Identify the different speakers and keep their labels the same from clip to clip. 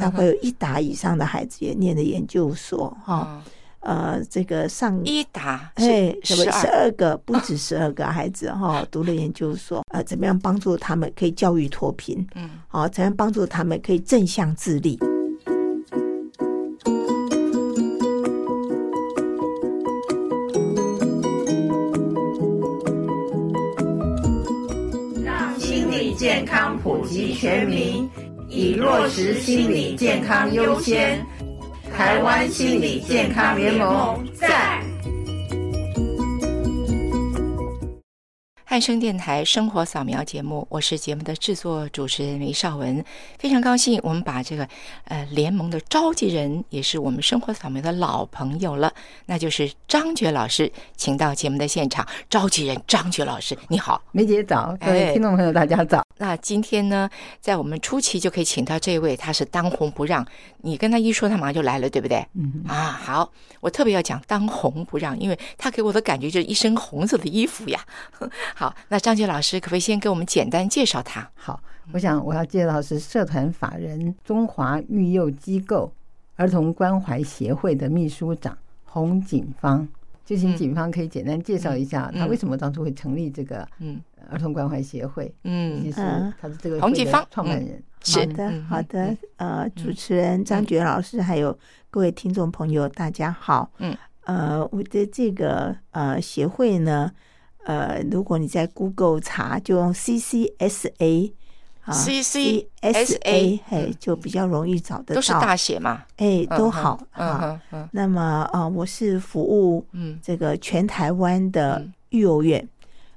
Speaker 1: 大概有一打以上的孩子也念的研究所哈。
Speaker 2: 哦，
Speaker 1: 呃，这个上
Speaker 2: 一打
Speaker 1: 哎
Speaker 2: 是，
Speaker 1: 什么
Speaker 2: 十
Speaker 1: 十
Speaker 2: 二，
Speaker 1: 二个不止十二个孩子哈、 读了研究所，呃，怎么样帮助他们可以教育脱贫？
Speaker 2: 嗯，
Speaker 1: 好、怎样帮助他们可以正向自立？
Speaker 3: 让心理健康普及全民，以落实心理健康优先。台湾心理健康联盟在。
Speaker 2: 汉声电台生活扫描节目，我是节目的制作主持人梅少文，非常高兴我们把这个呃联盟的召集人，也是我们生活扫描的老朋友了，那就是张觉老师，请到节目的现场，召集人张觉老师，你好。
Speaker 4: 梅姐早，各位
Speaker 2: 哎
Speaker 4: 听众朋友大家早。
Speaker 2: 那今天呢，在我们初期就可以请到这位，他是当红不让，你跟他一说，他马上就来了，对不对？
Speaker 4: 嗯，
Speaker 2: 啊，好，我特别要讲当红不让，因为他给我的感觉就是一身红色的衣服呀。 好，那张杰老师可不可以先给我们简单介绍他？
Speaker 4: 好，
Speaker 2: 嗯
Speaker 4: 我想我要介绍是社团法人中华育幼机构儿童关怀协会的秘书长洪景芳。就请
Speaker 2: 嗯
Speaker 4: 警方可以简单介绍一下，
Speaker 2: 嗯
Speaker 4: 他为什么当初会成立这个
Speaker 2: 嗯
Speaker 4: 儿童关怀协会，以及
Speaker 2: 嗯，
Speaker 4: 是他的这个
Speaker 2: 洪
Speaker 4: 会的
Speaker 2: 景芳
Speaker 4: 创办人。
Speaker 2: 是
Speaker 1: 好的
Speaker 2: 嗯，
Speaker 1: 好的
Speaker 2: 嗯。
Speaker 1: 呃，主持人张觉老师，还有各位听众朋友，大家好。
Speaker 2: 嗯，
Speaker 1: 呃，我的这个呃协会呢，呃，如果你在 Google 查，就用 CCSA 啊
Speaker 2: CCSA
Speaker 1: CSA 嘿
Speaker 2: 嗯，
Speaker 1: 就比较容易找得到。
Speaker 2: 都是大写嘛，
Speaker 1: 哎，
Speaker 2: 嗯
Speaker 1: 都
Speaker 2: 哼
Speaker 1: 好
Speaker 2: 嗯
Speaker 1: 啊。
Speaker 2: 哼嗯
Speaker 1: 那么啊，我是服务
Speaker 2: 嗯，
Speaker 1: 这个全台湾的
Speaker 2: 嗯
Speaker 1: 育幼院，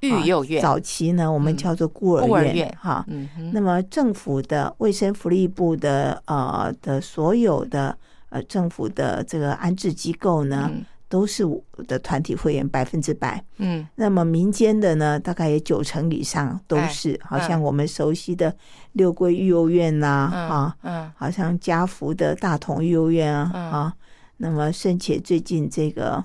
Speaker 2: 育幼
Speaker 1: 啊
Speaker 2: 院，
Speaker 1: 早期呢我们
Speaker 2: 嗯
Speaker 1: 叫做孤儿
Speaker 2: 孤儿
Speaker 1: 院
Speaker 2: 院
Speaker 1: 哈。
Speaker 2: 嗯哼，
Speaker 1: 那么政府的卫生福利部的呃的所有的呃政府的这个安置机构呢，
Speaker 2: 嗯
Speaker 1: 都是我的团体会员百分之百。
Speaker 2: 嗯
Speaker 1: 那么民间的呢，大概也九成以上都
Speaker 2: 哎
Speaker 1: 是，好
Speaker 2: 嗯
Speaker 1: 像我们熟悉的六龟育幼院呐、
Speaker 2: 嗯
Speaker 1: 啊，
Speaker 2: 嗯
Speaker 1: 好像家福的大同幼儿园啊、
Speaker 2: 嗯
Speaker 1: 啊，那么甚且最近这个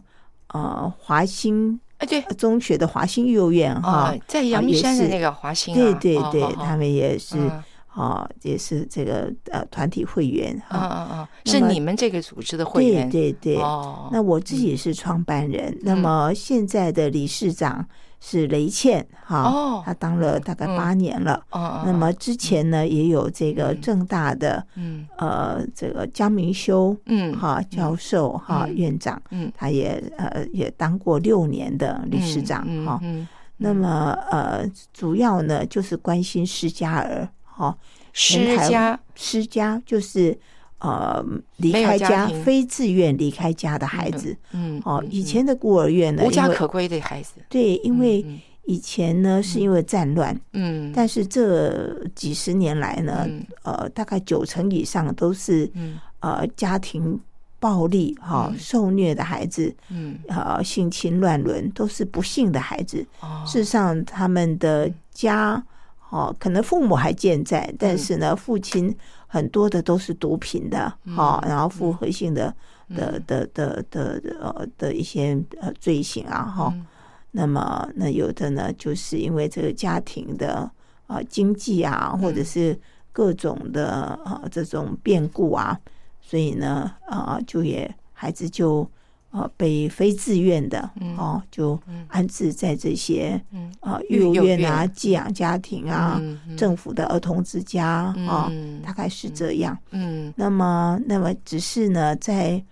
Speaker 1: 呃华兴呃
Speaker 2: 哎对
Speaker 1: 中学的华兴幼儿园哈、
Speaker 2: 哦，在阳明山的
Speaker 1: 也是
Speaker 2: 那个华兴啊，
Speaker 1: 对对
Speaker 2: 哦
Speaker 1: 对，
Speaker 2: 好好
Speaker 1: 他们也是
Speaker 2: 嗯
Speaker 1: 啊、也是这个呃团体会员哈、
Speaker 2: 啊啊啊！
Speaker 1: 那
Speaker 2: 是
Speaker 1: 么
Speaker 2: 你们这个组织的会员
Speaker 1: 对对对。
Speaker 2: 哦，嗯
Speaker 1: 那我自己是创办人，那么现在的理事长是雷倩哈，
Speaker 2: 哦
Speaker 1: 她当了大概八年了。
Speaker 2: 哦哦，
Speaker 1: 那
Speaker 2: 哦
Speaker 1: 么之前呢，也有这个正大的、
Speaker 2: 嗯
Speaker 1: 呃这个江明修
Speaker 2: 嗯
Speaker 1: 哈、教授哈、
Speaker 2: 嗯
Speaker 1: 院长，
Speaker 2: 嗯
Speaker 1: 他也呃也当过六年的理事长哈、
Speaker 2: 嗯嗯嗯
Speaker 1: 那么呃，主要呢就是关心施加儿哈、
Speaker 2: 施加
Speaker 1: 失家就是呃离
Speaker 2: 没有
Speaker 1: 开
Speaker 2: 家
Speaker 1: 家
Speaker 2: 庭
Speaker 1: 非自愿离开家的孩子。
Speaker 2: 嗯
Speaker 1: 哦
Speaker 2: 嗯，
Speaker 1: 以前的孤儿院呢，
Speaker 2: 无
Speaker 1: 嗯
Speaker 2: 家
Speaker 1: 因为
Speaker 2: 可归的孩子，
Speaker 1: 对，因为
Speaker 2: 嗯
Speaker 1: 以前呢是因为战乱，
Speaker 2: 嗯
Speaker 1: 但是这几十年来呢，
Speaker 2: 嗯
Speaker 1: 呃，大概九成以上都是
Speaker 2: 嗯
Speaker 1: 呃家庭暴力哈、
Speaker 2: 嗯
Speaker 1: 受虐的孩子，
Speaker 2: 嗯
Speaker 1: 呃性侵乱伦都是不幸的孩子。
Speaker 2: 哦
Speaker 1: 事实上，他们的家哦，可能父母还健在，但是呢，父亲很多的都是毒品的
Speaker 2: 嗯
Speaker 1: 哦，然后复合性的的的的的的呃的一些呃罪行啊哈。
Speaker 2: 嗯
Speaker 1: 那么，那有的呢，就是因为这个家庭的呃经济
Speaker 2: 嗯
Speaker 1: 啊，或者是各种的呃这种变故啊，所以呢，呃，就也孩子就呃被非自愿的
Speaker 2: 嗯
Speaker 1: 哦，就安置在这些
Speaker 2: 嗯
Speaker 1: 呃
Speaker 2: 育
Speaker 1: 幼
Speaker 2: 幼
Speaker 1: 儿园啊、
Speaker 2: 院
Speaker 1: 寄养家庭啊、
Speaker 2: 嗯
Speaker 1: 政府的儿童之家啊，
Speaker 2: 嗯
Speaker 1: 大概是这样。
Speaker 2: 嗯
Speaker 1: 那么，那么只是呢，在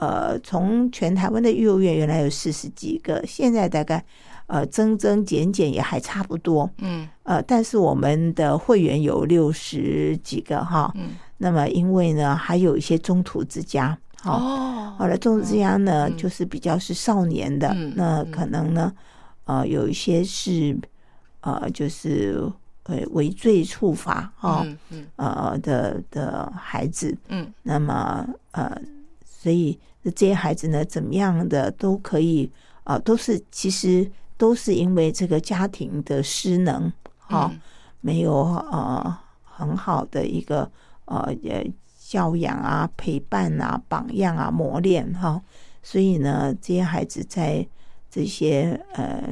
Speaker 1: 呃，从全台湾的幼儿园原来有四十几个，现在大概呃增增减减也还差不多。
Speaker 2: 嗯
Speaker 1: 呃，但是我们的会员有六十几个哈。
Speaker 2: 嗯
Speaker 1: 那么，因为呢，还有一些中途之家。哈。
Speaker 2: 哦
Speaker 1: 好了，中之家呢，
Speaker 2: 嗯
Speaker 1: 就是比较是少年的，
Speaker 2: 嗯
Speaker 1: 那
Speaker 2: 嗯
Speaker 1: 可能呢，呃，有一些是呃，就是呃违罪处罚哈、
Speaker 2: 嗯嗯
Speaker 1: 呃的的孩子，
Speaker 2: 嗯
Speaker 1: 那么呃，所以这些孩子呢，怎么样的都可以啊、呃都是其实都是因为这个家庭的失能哈、
Speaker 2: 嗯
Speaker 1: 没有呃很好的一个呃呃教养啊、陪伴啊、榜样啊、磨练哈、所以呢，这些孩子在这些呃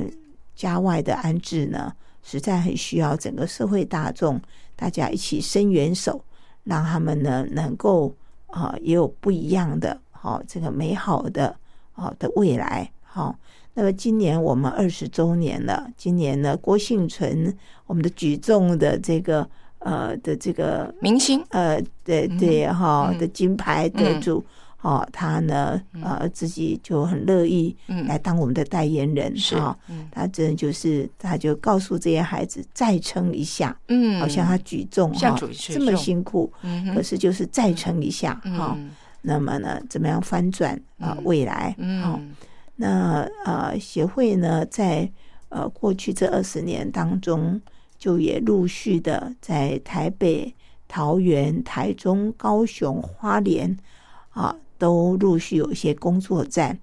Speaker 1: 家外的安置呢，实在很需要整个社会大众大家一起伸援手，让他们呢能够啊、也有不一样的好、这个美好的好、的未来好。那么今年我们二十周年了，今年呢郭幸存我们的举重的这个呃的这个
Speaker 2: 明星
Speaker 1: 呃，对对哈、
Speaker 2: 嗯
Speaker 1: 的金牌得主，哦，他呢呃自己就很乐意
Speaker 2: 嗯
Speaker 1: 来当我们的代言人
Speaker 2: 是
Speaker 1: 哈、
Speaker 2: 嗯
Speaker 1: 他真的就是，他就告诉这些孩子再撑一下，
Speaker 2: 嗯，
Speaker 1: 好像他举重
Speaker 2: 像
Speaker 1: 哈
Speaker 2: 举举
Speaker 1: 这么
Speaker 2: 重
Speaker 1: 辛苦，
Speaker 2: 嗯
Speaker 1: 可
Speaker 2: 哼
Speaker 1: 是就是再撑一下哈、
Speaker 2: 嗯
Speaker 1: 那么呢，怎么样翻转啊、
Speaker 2: 嗯
Speaker 1: 未来？好
Speaker 2: 嗯
Speaker 1: 那呃，协会呢，在呃过去这二十年当中，就也陆续的在台北、桃园、台中、高雄、花莲啊，都陆续有一些工作站。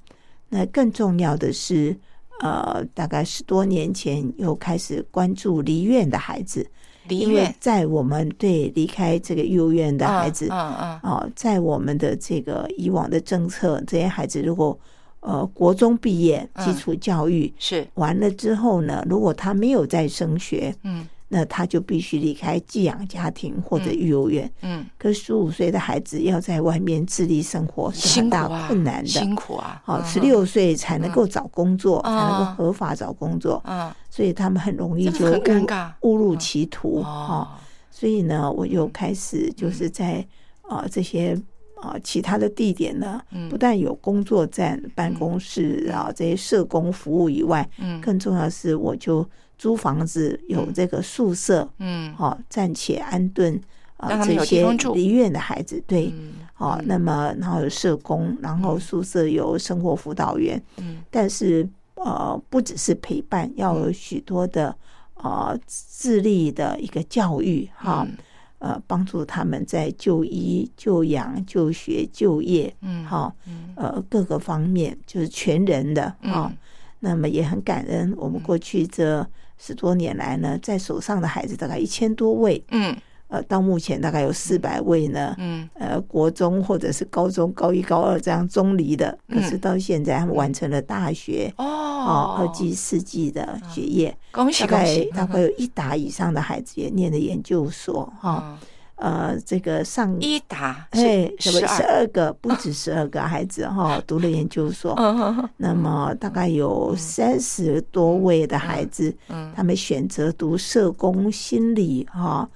Speaker 1: 那更重要的是，呃，大概十多年前又开始关注离院的孩子，
Speaker 2: 梨
Speaker 1: 因为
Speaker 2: 院
Speaker 1: 在我们对离开这个幼儿园的孩子，
Speaker 2: 嗯嗯
Speaker 1: 哦，在我们的这个以往的政策，这些孩子如果呃国中毕业，
Speaker 2: 嗯
Speaker 1: 基础教育、
Speaker 2: 是
Speaker 1: 完了之后呢，如果他没有再升学，
Speaker 2: 嗯
Speaker 1: 那他就必须离开寄养家庭或者
Speaker 2: 嗯
Speaker 1: 育幼院。
Speaker 2: 嗯
Speaker 1: 可是十五岁的孩子要在外面自力生活是
Speaker 2: 辛
Speaker 1: 很
Speaker 2: 苦
Speaker 1: 大
Speaker 2: 啊
Speaker 1: 困难的。
Speaker 2: 辛苦啊
Speaker 1: 好，
Speaker 2: 嗯
Speaker 1: 十六岁才能够找工作，才
Speaker 2: 嗯
Speaker 1: 能够合法找工作，
Speaker 2: 嗯
Speaker 1: 所以他们很容易
Speaker 2: 这
Speaker 1: 就
Speaker 2: 不很尴
Speaker 1: 误
Speaker 2: 尬嗯
Speaker 1: 误入歧途。哦
Speaker 2: 哦
Speaker 1: 所以呢，我
Speaker 2: 嗯
Speaker 1: 又开始就是在啊、呃这些啊、呃其他的地点呢，
Speaker 2: 嗯
Speaker 1: 不但有工作站、办公室啊这些社工服务以外，
Speaker 2: 嗯
Speaker 1: 更重要的是我就租房子，有这个宿舍，
Speaker 2: 嗯
Speaker 1: 哦，暂且安顿啊、
Speaker 2: 让他
Speaker 1: 这
Speaker 2: 们有地
Speaker 1: 些
Speaker 2: 方住
Speaker 1: 离院的孩子，对。
Speaker 2: 嗯
Speaker 1: 哦，
Speaker 2: 嗯
Speaker 1: 那么然后有社工，然后宿舍有生活辅导员，
Speaker 2: 嗯
Speaker 1: 但是呃，不只是陪伴，要有许多的呃智力的一个教育哈，
Speaker 2: 嗯
Speaker 1: 呃，帮助他们在就医、就养、就学、就业，
Speaker 2: 嗯
Speaker 1: 哈，
Speaker 2: 嗯
Speaker 1: 呃，各个方面就是全人的哈。
Speaker 2: 嗯
Speaker 1: 那么也很感恩，我们过去这十多年来呢，在手上的孩子大概一千多位，
Speaker 2: 嗯
Speaker 1: 呃，到目前大概有四百位呢。
Speaker 2: 嗯
Speaker 1: 呃，国中或者是高中高一、高二这样中离的，可是
Speaker 2: 嗯
Speaker 1: 到现在他们完成了大学，
Speaker 2: 哦啊
Speaker 1: 哦，二季四季的学业，
Speaker 2: 恭喜
Speaker 1: 大
Speaker 2: 恭
Speaker 1: 概
Speaker 2: 喜
Speaker 1: 大概有一打以上的孩子也念的研究所哈，
Speaker 2: 嗯
Speaker 1: 呃，这个上
Speaker 2: 一打
Speaker 1: 哎
Speaker 2: 是
Speaker 1: 什么十
Speaker 2: 十二
Speaker 1: 二个不止十二个孩子哈读了研究所，
Speaker 2: 嗯
Speaker 1: 那么大概有三十多位的孩子，
Speaker 2: 嗯
Speaker 1: 他们选择读社工、心理哈，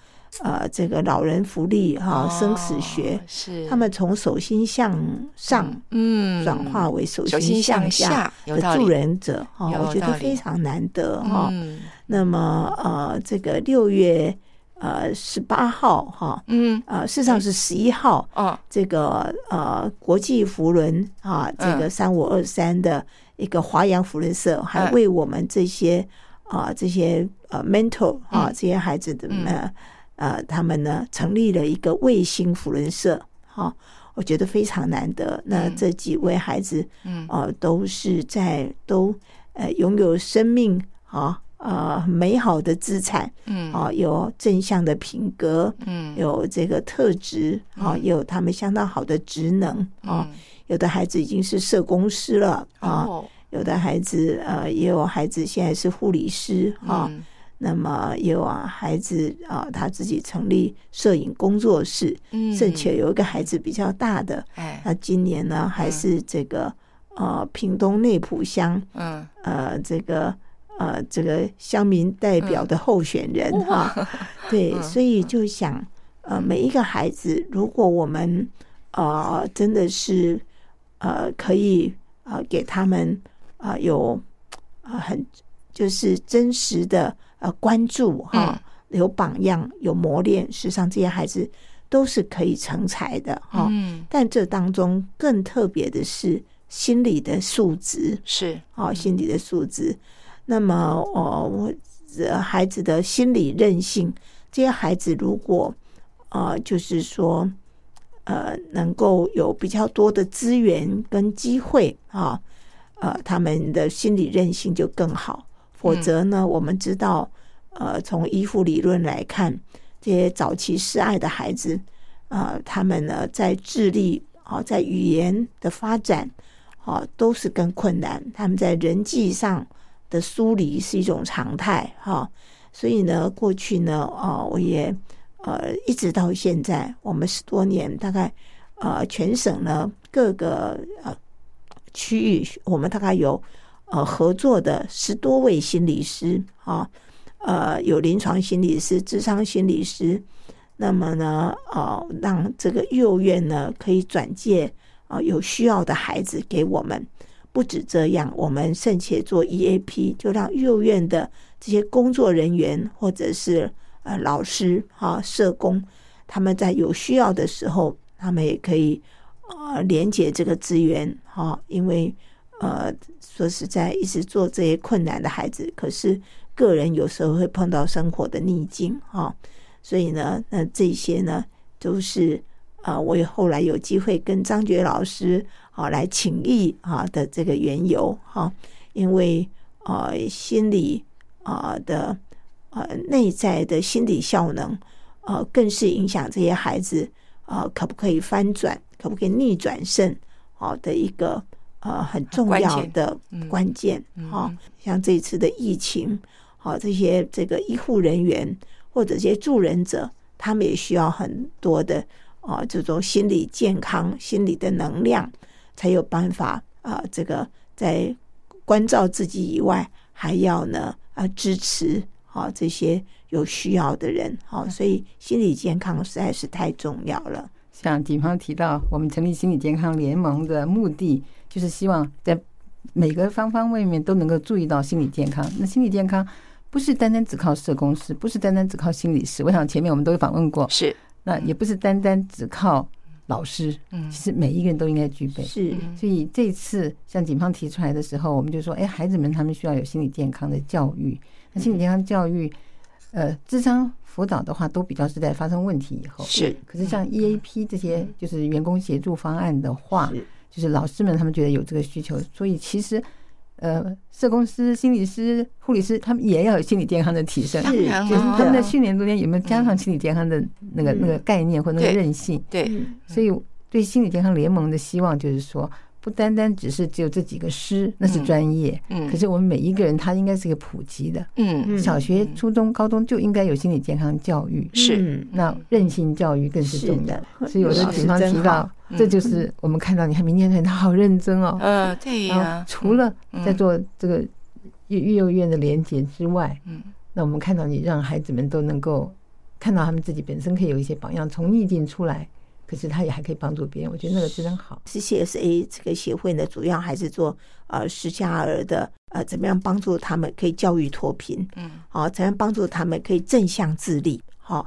Speaker 1: 呃，这个老人福利哈、生死学
Speaker 2: 哦，是
Speaker 1: 他们从手心向上
Speaker 2: 嗯
Speaker 1: 转化为手
Speaker 2: 手心向
Speaker 1: 向
Speaker 2: 下有道
Speaker 1: 的
Speaker 2: 理
Speaker 1: 助人者哈，
Speaker 2: 有
Speaker 1: 我觉
Speaker 2: 道
Speaker 1: 得
Speaker 2: 理
Speaker 1: 非常难得哈。
Speaker 2: 嗯
Speaker 1: 那么呃，这个六月呃十八号哈，
Speaker 2: 嗯
Speaker 1: 呃，事实上是十一号，
Speaker 2: 哦
Speaker 1: 这个呃国际福伦啊，这
Speaker 2: 嗯
Speaker 1: 个三五二三的一个华阳福伦社，
Speaker 2: 嗯
Speaker 1: 还为我们这些啊、这些呃 mentor 啊、
Speaker 2: 嗯
Speaker 1: 这些孩子的
Speaker 2: 嗯
Speaker 1: 呃呃他们呢成立了一个卫星福伦社，哈、我觉得非常难得。那
Speaker 2: 嗯
Speaker 1: 这几位孩子
Speaker 2: 嗯
Speaker 1: 哦，都是在都呃拥有生命啊呃美好的资产
Speaker 2: 嗯
Speaker 1: 啊，有正向的品格，
Speaker 2: 嗯
Speaker 1: 有这个特质啊，也有他们相当好的职能
Speaker 2: 嗯
Speaker 1: 啊。有的孩子已经是社工师了啊，
Speaker 2: 哦
Speaker 1: 有的孩子呃也有孩子现在是护理师啊，
Speaker 2: 嗯
Speaker 1: 那么也有啊孩子啊他自己成立摄影工作室，
Speaker 2: 嗯
Speaker 1: 甚至有一个孩子比较大的，
Speaker 2: 哎
Speaker 1: 那今年呢，还是这个呃屏东内浦乡
Speaker 2: 嗯
Speaker 1: 呃这个呃这个乡民代表的候选人哈、对，所以就想呃每一个孩子，如果我们呃真的是呃可以呃给他们呃有呃很就是真实的呃关注哈、有榜样有磨练，事实上这些孩子都是可以成才的哈。
Speaker 2: 嗯
Speaker 1: 但这当中更特别的是心理的素质，
Speaker 2: 是
Speaker 1: 哦，心理的素质。那么，哦，我呃孩子的心理韧性，这些孩子如果呃，就是说，呃，能够有比较多的资源跟机会啊、呃，他们的心理韧性就更好。否则呢，我们知道，呃，从依附理论来看，这些早期示爱的孩子，呃，他们呢在智力啊、在语言的发展啊、都是更困难，他们在人际上的疏离是一种常态哈、所以呢，过去呢，啊、我也呃，一直到现在，我们十多年，大概呃，全省呢各个呃区域，我们大概有呃合作的十多位心理师啊，呃，有临床心理师、智商心理师，那么呢，呃，让这个幼院呢可以转介啊、呃有需要的孩子给我们。不止这样，我们甚且做 EAP，就让幼院的这些工作人员或者是呃老师啊、社工，他们在有需要的时候，他们也可以呃连接这个资源哈、啊因为呃说实在，一直做这些困难的孩子，可是个人有时候会碰到生活的逆境哈、啊所以呢，那这些呢都是啊、呃我也后来有机会跟张觉老师啊、来请益啊的这个缘由哈、因为呃心理啊、的呃内在的心理效能呃更是影响这些孩子啊、可不可以翻转，可不可以逆转胜啊、的一个呃很重
Speaker 2: 关
Speaker 1: 要
Speaker 2: 键
Speaker 1: 的
Speaker 2: 嗯
Speaker 1: 关键
Speaker 2: 嗯
Speaker 1: 哈、像这次的疫情，好、这些这个医护人员或者这些助人者，他们也需要很多的啊、这种心理健康、心理的能量，才有办法啊、这个在关照自己以外，还要呢啊、支持啊、这些有需要的人，好、所以心理健康实在是太重要了。
Speaker 4: 像警方提到，我们成立心理健康联盟的目的，就是希望在每个方方面面都能够注意到心理健康。那心理健康不是单单只靠社工师，不是单单只靠心理师。我想前面我们都有访问过，
Speaker 2: 是，
Speaker 4: 那也不是单单只靠老师，
Speaker 2: 嗯
Speaker 4: 其实每一个人都应该具备。
Speaker 1: 是，
Speaker 2: 嗯
Speaker 4: 所以这次向警方提出来的时候，我们就说，哎，孩子们他们需要有心理健康的教育。
Speaker 2: 嗯
Speaker 4: 那心理健康教育，呃，智商辅导的话，都比较是在发生问题以后。
Speaker 2: 是，
Speaker 4: 可是像 EAP 这些就是员工协助方案的话
Speaker 1: 是，
Speaker 4: 就是老师们他们觉得有这个需求，所以其实，呃，社工师、心理师、护理师他们也要有心理健康的提升。
Speaker 2: 当
Speaker 1: 是啊
Speaker 2: 然
Speaker 1: 就
Speaker 4: 就是
Speaker 2: 了，
Speaker 4: 他们在训练中间有没有加上心理健康的那个、
Speaker 1: 嗯
Speaker 4: 那个概念或那个
Speaker 2: 对
Speaker 4: 韧性？
Speaker 2: 对，
Speaker 1: 嗯
Speaker 4: 所以对心理健康联盟的希望就是说，不单单只是只有这几个师，那是专业，
Speaker 2: 嗯，
Speaker 4: 可是我们每一个人他应该是一个普及的，
Speaker 2: 嗯
Speaker 1: 嗯
Speaker 4: 小学、初中、高中就应该有心理健康教育。
Speaker 2: 是，
Speaker 1: 嗯
Speaker 4: 那韧性教育更是
Speaker 1: 是
Speaker 4: 重要
Speaker 1: 的，
Speaker 4: 所以有的
Speaker 1: 老师
Speaker 4: 警方
Speaker 1: 真
Speaker 4: 提到
Speaker 1: 好，
Speaker 2: 嗯
Speaker 4: 这就是我们看到你看明天看他好认真哦。
Speaker 2: 呃，对
Speaker 4: 然
Speaker 2: 呀
Speaker 4: 后，除了
Speaker 2: 嗯
Speaker 4: 在做这个育幼院的连结之外，
Speaker 2: 嗯
Speaker 4: 那我们看到你让孩子们都能够看到他们自己本身可以有一些榜样，从逆境出来，可是他也还可以帮助别人，我觉得那个真好。
Speaker 1: CCSA 这个协会呢，主要还是做呃失家儿的呃怎么样帮助他们可以教育脱贫，
Speaker 2: 嗯
Speaker 1: 好、怎样帮助他们可以正向自立，好、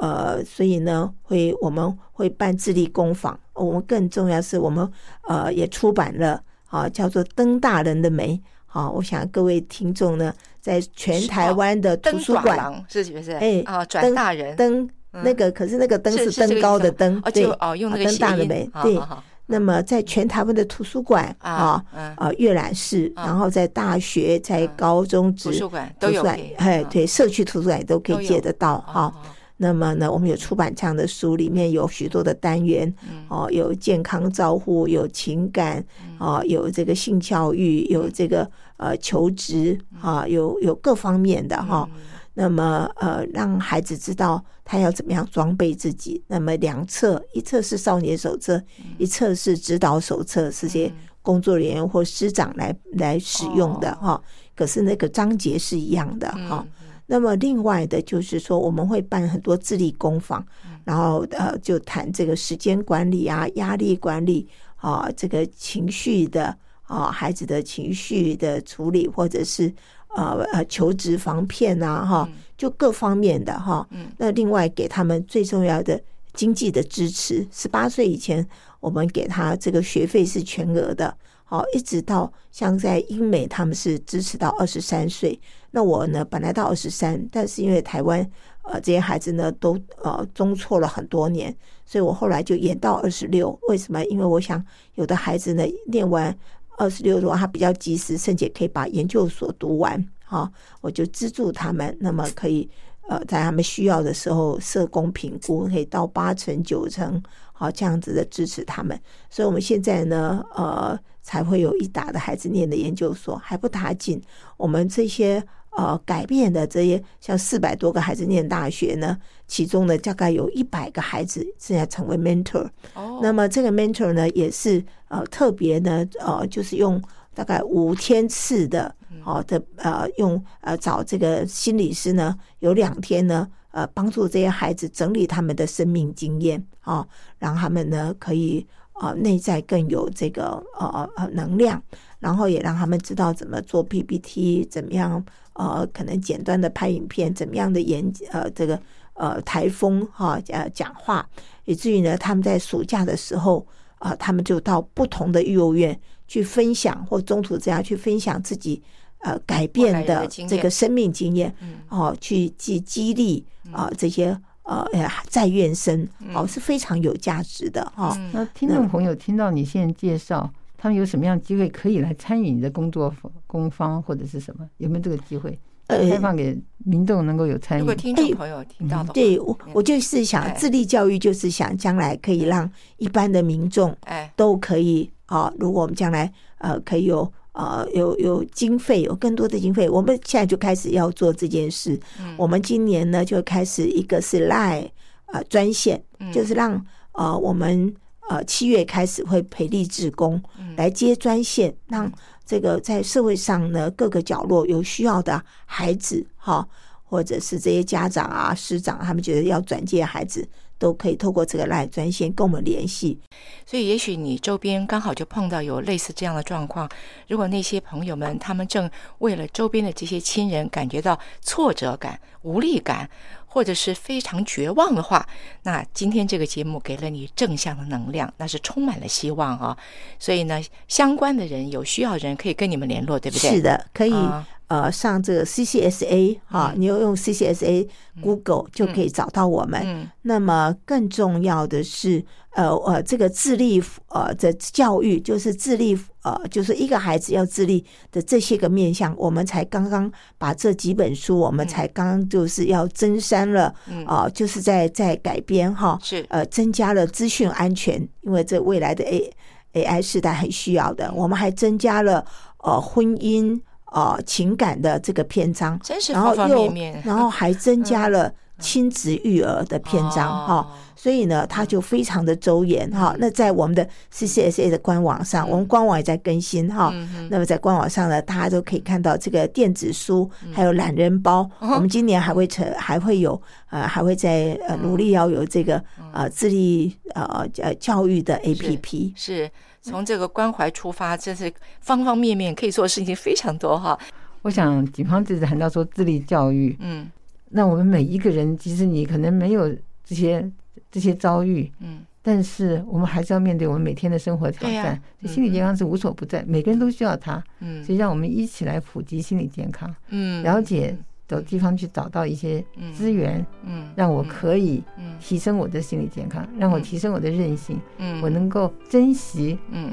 Speaker 1: 呃，所以呢，会我们会办智力工坊，呃我们更重要是我们呃也出版了啊，叫做《登大人的美》。好，我想各位听众呢，在全台湾的图
Speaker 2: 登
Speaker 1: 书
Speaker 2: 转
Speaker 1: 馆
Speaker 2: 廊是不哦是？
Speaker 1: 哎
Speaker 2: 啊，转
Speaker 1: 登
Speaker 2: 大人，
Speaker 1: 登
Speaker 2: 嗯
Speaker 1: 那个，可是那个登
Speaker 2: 是
Speaker 1: 是
Speaker 2: 是这个
Speaker 1: 登
Speaker 2: 意
Speaker 1: 高
Speaker 2: 思
Speaker 1: 的
Speaker 2: 吗
Speaker 1: 登
Speaker 2: 哦，，
Speaker 1: 对
Speaker 2: 就，哦，用那个
Speaker 1: 登
Speaker 2: 谐
Speaker 1: 大人
Speaker 2: 音
Speaker 1: 美，
Speaker 2: 好
Speaker 1: 对
Speaker 2: 好。好
Speaker 1: 那么在全台湾的图书馆啊
Speaker 2: 啊，，嗯，
Speaker 1: 啊阅览室，
Speaker 2: 啊
Speaker 1: 然后在大学、在
Speaker 2: 嗯
Speaker 1: 高中
Speaker 2: 图
Speaker 1: 职、
Speaker 2: 书馆都
Speaker 1: 图
Speaker 2: 有
Speaker 1: 书
Speaker 2: 可
Speaker 1: 馆
Speaker 2: 以，，
Speaker 1: 哎，
Speaker 2: 啊，
Speaker 1: 对，社区图书馆也都可
Speaker 2: 都
Speaker 1: 以
Speaker 2: 有
Speaker 1: 借得到哈。
Speaker 2: 哦，
Speaker 1: 那么呢，我们有出版这样的书，里面有许多的单元，
Speaker 2: 嗯
Speaker 1: 哦，有健康照护，有情感，哦，有这个性教育，
Speaker 2: 嗯
Speaker 1: 有这个呃求职啊，有有各方面的哈。
Speaker 2: 嗯
Speaker 1: 那么呃，让孩子知道他要怎么样装备自己。那么两册，一册是少年手册，
Speaker 2: 嗯
Speaker 1: 一册是指导手册，是些工作人员或师长来来使用的哈、可是那个章节是一样的哈、
Speaker 2: 哦嗯
Speaker 1: 那么另外的就是说，我们会办很多智力工坊，然后呃，就谈这个时间管理啊、压力管理啊、这个情绪的啊、孩子的情绪的处理，或者是呃呃求职防骗啊，哈、就各方面的哈。
Speaker 2: 嗯
Speaker 1: 那另外给他们最重要的经济的支持，十八岁以前我们给他这个学费是全额的，好、一直到像在英美他们是支持到二十三岁。那我呢，本来到二十三，但是因为台湾呃这些孩子呢都呃中辍了很多年，所以我后来就延到二十六。为什么？因为我想有的孩子呢念完二十六的话，他比较及时，甚至可以把研究所读完。哈、我就资助他们，那么可以呃在他们需要的时候，社工评估可以到八成九成，好、这样子的支持他们。所以我们现在呢，呃，才会有一打的孩子念的研究所还不打紧。我们这些呃改变的这些，像四百多个孩子念大学呢，其中呢大概有一百个孩子现在成为 mentor。
Speaker 2: 哦
Speaker 1: 那么这个 mentor 呢，也是呃特别呢呃，就是用大概五天次的，好、的呃用呃找这个心理师呢，有两天呢呃帮助这些孩子整理他们的生命经验啊、哦让他们呢可以呃内在更有这个呃呃能量，然后也让他们知道怎么做 PPT，怎么样呃可能简单的拍影片，怎么样的演呃这个呃台风哈呃讲话。以至于呢，他们在暑假的时候啊、他们就到不同的幼儿园去分享，或中途之家去分享自己呃改变
Speaker 2: 后来
Speaker 1: 的
Speaker 2: 的经验
Speaker 1: 这个生命经验
Speaker 2: 嗯，
Speaker 1: 哦、去激激励啊、这些呃呃在院生哦、是非常有价值的哈。哦
Speaker 2: 嗯
Speaker 4: 那听众朋友听到你现在介绍，他们有什么样的机会可以来参与你的工作工方或者是什么？有没有这个机会开
Speaker 1: 呃，
Speaker 4: 放给民众能够有参
Speaker 2: 如
Speaker 4: 与
Speaker 2: 果？听众朋友听到的话，
Speaker 1: 对我我就是
Speaker 2: 哎
Speaker 1: 想智力教育，就是想将来可以让一般的民众
Speaker 2: 哎，
Speaker 1: 都可以啊、如果我们将来呃可以有呃有有经费，有更多的经费，我们现在就开始要做这件事。
Speaker 2: 嗯
Speaker 1: 我们今年呢就开始一个是 Line 呃专线，
Speaker 2: 嗯
Speaker 1: 就是让呃我们呃七月开始会培力志工
Speaker 2: 嗯
Speaker 1: 来接专线，让这个在社会上呢各个角落有需要的孩子哈，或者是这些家长啊师长，他们觉得要转介孩子，都可以透过这个 Line 专线跟我们联系。
Speaker 2: 所以，也许你周边刚好就碰到有类似这样的状况。如果那些朋友们他们正为了周边的这些亲人感觉到挫折感、无力感，或者是非常绝望的话，那今天这个节目给了你正向的能量，那是充满了希望啊、所以呢，相关的人有需要的人可以跟你们联络，对不对？
Speaker 1: 是，的，可以、
Speaker 2: 啊嗯
Speaker 1: 呃上这个 CCSA 哈、你要用 CCSA Google 就可以找到我们。
Speaker 2: 嗯
Speaker 1: 那么更重要的是，呃呃，这个智力呃的教育，就是智力呃，就是一个孩子要智力的这些个面向，我们才刚刚把这几本书，我们才刚刚就是要增删了，
Speaker 2: 嗯，
Speaker 1: 啊、就是在在改编哈，
Speaker 2: 是
Speaker 1: 呃，增加了资讯安全，因为这未来的 A AI 时代很需要的。我们还增加了呃婚姻呃情感的这个篇章，
Speaker 2: 真是
Speaker 1: 然
Speaker 2: 方
Speaker 1: 后
Speaker 2: 方
Speaker 1: 又
Speaker 2: 面面。嗯
Speaker 1: 然后还增加了亲子育儿的篇章哈。
Speaker 2: 哦嗯
Speaker 1: 所以呢，它就非常的周延哈。那在我们的 CCSA 的官网上，我们官网也在更新哈。
Speaker 2: 嗯
Speaker 1: 那么在官网上呢，大家都可以看到这个电子书，
Speaker 2: 嗯
Speaker 1: 还有懒人包。
Speaker 2: 哦
Speaker 1: 我们今年还会成，还会有呃，还会在
Speaker 2: 嗯
Speaker 1: 呃努力要有这个呃智力呃呃教育的 APP。
Speaker 2: 是从这个关怀出发，真是方方面面可以做的事情非常多哈。
Speaker 4: 我想警方只是谈到说智力教育，
Speaker 2: 嗯
Speaker 4: 那我们每一个人，即使你可能没有这些这些遭遇，
Speaker 2: 嗯，
Speaker 4: 但是我们还是要面对我们每天的生活挑
Speaker 2: 对呀
Speaker 4: 战。
Speaker 2: 嗯
Speaker 4: 这心理健康是无所不在，每个人都需要它，
Speaker 2: 嗯
Speaker 4: 所以让我们一起来普及心理健康，
Speaker 2: 嗯，
Speaker 4: 了解走地方去找到一些资源，
Speaker 2: 嗯，
Speaker 4: 让我可以
Speaker 2: 嗯
Speaker 4: 提升我的心理健康，让我提升我的韧性，
Speaker 2: 嗯，
Speaker 4: 我能够珍惜
Speaker 2: 嗯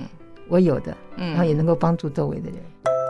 Speaker 4: 我有的，
Speaker 2: 嗯，
Speaker 4: 然后也能够帮助周围的人。